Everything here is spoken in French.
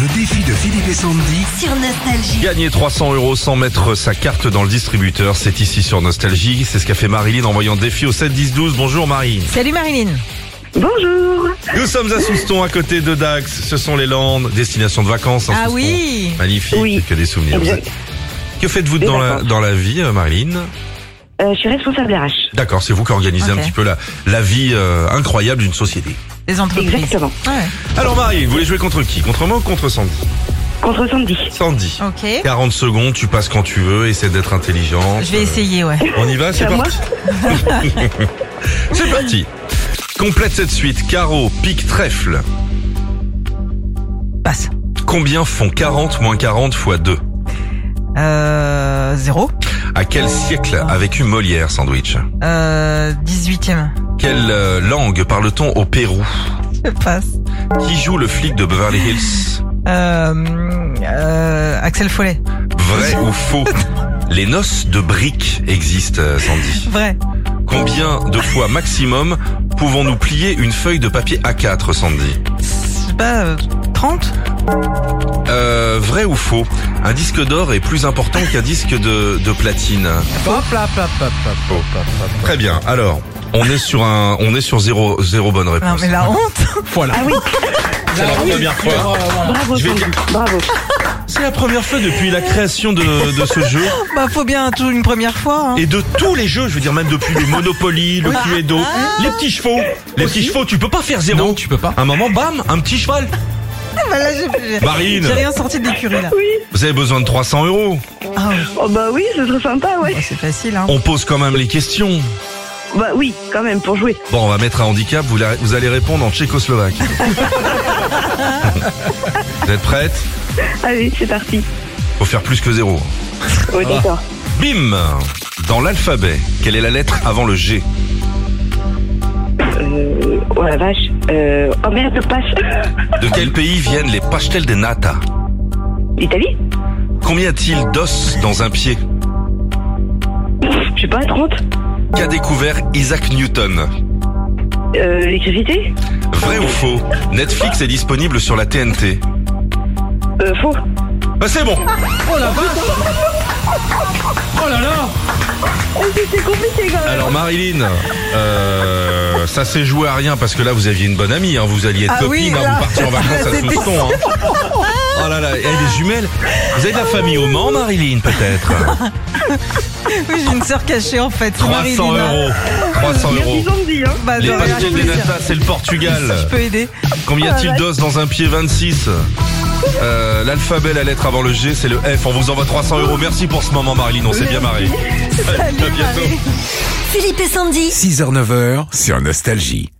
Nostalgie de Philippe et Sandy. sur Nostalgie. Gagner 300 euros sans mettre sa carte dans le distributeur, c'est ici sur Nostalgie. C'est ce qu'a fait Marilyn en envoyant défi au 7 10 12. Bonjour Marie. Salut Marilyn. Bonjour. Nous sommes à Souston, à côté de Dax. Ce sont les Landes, destination de vacances. hein, Ah Souston. oui. Magnifique, Oui. c'est que des souvenirs. Vous Exact. êtes- Que faites-vous dans la, vacances. dans la vie, euh, Marilyn Euh, je suis responsable RH. D'accord, c'est vous qui organisez Ok. un petit peu la, la vie euh, incroyable d'une société. Les entreprises. Exactement. Ouais. Alors Marie, vous voulez jouer contre qui Contre moi ou contre Sandy Contre Sandy. Sandy. Ok. 40 secondes, tu passes quand tu veux, essaie d'être intelligent. Je vais essayer, ouais. On y va, c'est à moi parti. c'est parti. Complète cette suite. Carreau, pique, trèfle. Passe. Combien font 40 moins 40 fois 2 Euh, zéro. À quel siècle a vécu Molière, sandwich Euh, 18e. Quelle euh, langue parle-t-on au Pérou Je passe. Qui joue le flic de Beverly Hills Euh, euh, Axel Follet. Vrai ou faux Les noces de briques existent, euh, Sandy. Vrai. Combien de fois maximum pouvons-nous plier une feuille de papier A4, Sandy Je sais pas, euh, 30 Euh, vrai ou faux Un disque d'or est plus important qu'un disque de, de platine. Hop là, hop là, hop là. Très bien. Alors, on est sur un, on est sur zéro, zéro bonne Non, réponse. mais la honte. Voilà. Ah oui, C'est la première fois. bravo Je vais Sandy. Bravo. C'est la première fois depuis la création de, de ce jeu Bah, faut bien tout une première fois. hein. et de tous les jeux. Je veux dire même depuis les Monopoly, le Cluedo, les petits chevaux. Les petits chevaux, tu peux pas faire zéro. Ah, Non, tu peux pas. Un moment, bam, un petit cheval. Bah, là, j'ai- j'ai- Marine. J'ai rien sorti de l'écurie, là. Vous avez besoin de 300 euros. Ah, oui. Oh bah oui, ce serait sympa, ouais. Bah, c'est facile, hein. On pose quand même les questions. Bah oui, quand même, pour jouer. Bon, on va mettre un handicap. Vous, la- vous allez répondre en tchécoslovaque. vous êtes prête Allez, c'est parti. Faut faire plus que zéro. Oui, d'accord. Ah. Bim Dans l'alphabet, quelle est la lettre avant le G Euh, oh la vache. Euh, oh merde, passe. De quel pays viennent les pastels de nata L'Italie Combien a-t-il d'os dans un pied Je sais pas, 30. Qu'a découvert Isaac Newton Euh, L'électricité Vrai ou faux Netflix est disponible sur la TNT. euh, Faux. Bah c'est bon Oh là là C'est compliqué quand même. Alors Marilyn, euh, ça s'est joué à rien parce que là vous aviez une bonne amie, hein, vous alliez être Ah copine, oui, hein, là. vous partiez en vacances à C'était Souston. Hein. Oh là là, elle est jumelle. Vous avez de la famille au Mans Marilyn peut-être Oui, j'ai une sœur cachée, en fait. 300 Marilyn, hein. euros 300 euros Merci Sandy, hein. Bah, Les j'aurais rien pastels pu des dire. Nata, c'est le Portugal. Je peux aider. Combien y a-t-il d'os dans un pied 26 Euh, L'alphabet, la lettre avant le G, c'est le F. On vous envoie 300 euros. Merci pour ce moment, Marilyn. On s'est bien marré. Allez, à bientôt. Philippe et Sandy. 6h, 9h sur Nostalgie.